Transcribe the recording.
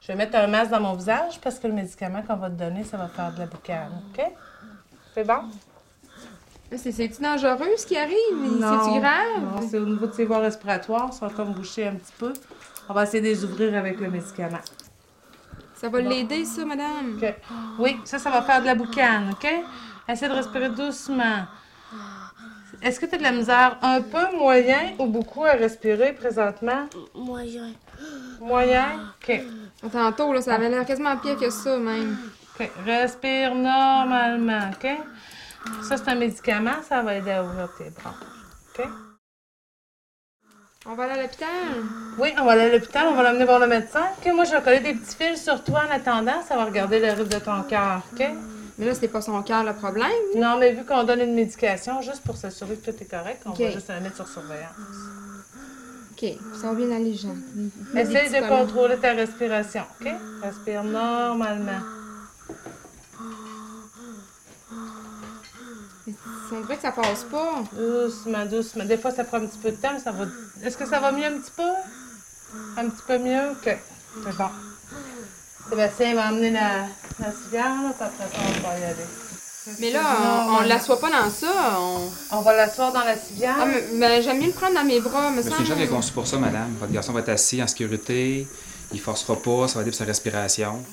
Je vais mettre un masque dans mon visage parce que le médicament qu'on va te donner, ça va faire de la boucane, OK? C'est bon? C'est- C'est-tu dangereux ce qui arrive? C'est-tu Non, grave? c'est au niveau de ses voies respiratoires, sont comme bouchées un petit peu. On va essayer de les ouvrir avec le médicament. Ça va l'aider, ça, madame? OK. Oui, ça, ça va faire de la boucane, OK? Essaie de respirer doucement. Est-ce que tu as de la misère un peu, moyen ou beaucoup à respirer présentement? Moyen. Moyen? OK. Tantôt, là, ça avait l'air quasiment pire que ça, même. OK. Respire normalement, OK? Ça, c'est un médicament, ça va aider à ouvrir tes bronches. OK? On va aller à l'hôpital? Oui, on va aller à l'hôpital, on va l'emmener voir le médecin. OK, moi, je vais coller des petits fils sur toi en attendant, ça va regarder le rythme de ton cœur, OK? Mais là, c'était pas son cœur le problème. Non, mais vu qu'on donne une médication juste pour s'assurer que tout est correct, on OK. va juste la mettre sur surveillance. OK, ça va bien aller, Jean. Essaye petits de ballons. contrôler ta respiration, OK? Respire normalement. On dirait que ça passe pas. Doucement, doucement. Des fois, ça prend un petit peu de temps, mais ça va... Est-ce que ça va mieux un petit peu? Un petit peu mieux? OK. C'est bon. Sébastien va emmener la, la civière, là, puis après ça, on va y aller. Mais là, on, on l'assoit pas dans ça. On... On va l'asseoir dans la civière. Ah, mais, mais j'aime mieux le prendre dans mes bras, me Mais c'est une chose qui est semble. conçue pour ça, madame. Votre garçon va être assis en sécurité, il forcera pas, ça va aider pour sa respiration.